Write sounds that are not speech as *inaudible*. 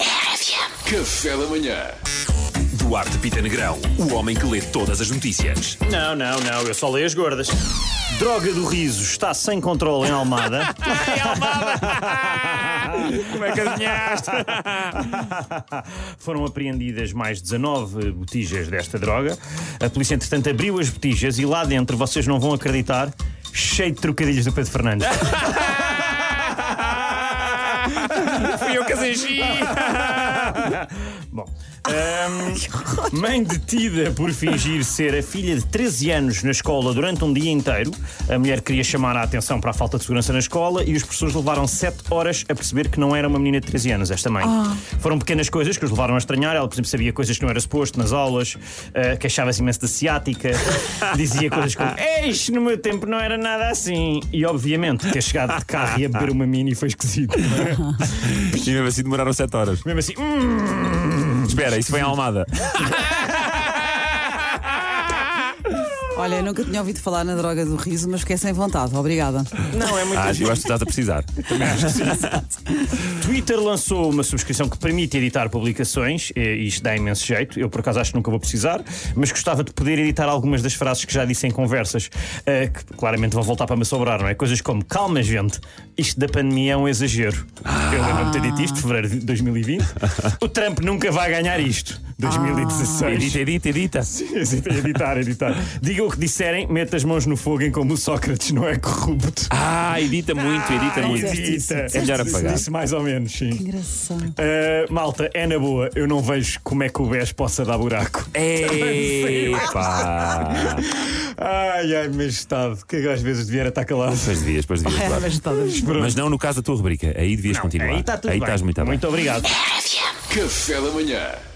FM. Café da manhã. Duarte Pita Negrão, o homem que lê todas as notícias. Não, não, não, eu só leio as gordas. Droga do riso está sem controle *laughs* em Almada. *laughs* Como é que adivinhaste? Foram apreendidas mais 19 botijas desta droga. A polícia, entretanto, abriu as botijas e lá dentro, vocês não vão acreditar, cheio de trocadilhos do Pedro Fernandes. *laughs* Fui eu que as enchi. *laughs* Bom, ahm, mãe detida por fingir ser a filha de 13 anos na escola durante um dia inteiro. A mulher queria chamar a atenção para a falta de segurança na escola e os professores levaram 7 horas a perceber que não era uma menina de 13 anos, esta mãe. Foram pequenas coisas que os levaram a estranhar. Ela, por exemplo, sabia coisas que não era suposto nas aulas, ah, queixava-se imenso da ciática, dizia coisas como: Eis, no meu tempo não era nada assim. E obviamente ter chegado de carro e a beber uma mini foi esquisito. E mesmo assim demoraram 7 horas. Mesmo assim, "Hum, Espera, isso foi em Almada. Olha, eu nunca tinha ouvido falar na droga do riso, mas fiquei sem vontade. Obrigada. não é muito Ah, eu acho que estás a precisar. Twitter lançou uma subscrição que permite editar publicações, eh, e isto dá imenso jeito. Eu, por acaso, acho que nunca vou precisar, mas gostava de poder editar algumas das frases que já disse em conversas, eh, que claramente vão voltar para me sobrar, não é? Coisas como: calma, gente, isto da pandemia é um exagero. Ah. Eu lembro-me de ter dito isto, fevereiro de 2020. O Trump nunca vai ganhar isto. 2016. Edita, edita, edita. editar, editar. Diga o que disserem, meta as mãos no fogo em como o Sócrates não é corrupto. Ah, edita muito, edita muito. Edita. É melhor apagar. Disse mais ou menos, sim. Engraçado. Uh, malta, é na boa, eu não vejo como é que o BES possa dar buraco. Epá. Ai, ai, mas estado, que às vezes devia estar calado. Depois devias, depois devias. *laughs* É, mas Duarte. está bem. Mas não no caso da tua rubrica. Aí tá devias continuar. Aí está tudo Aí bem. estás muito a Muito obrigado. RFM. Café da manhã.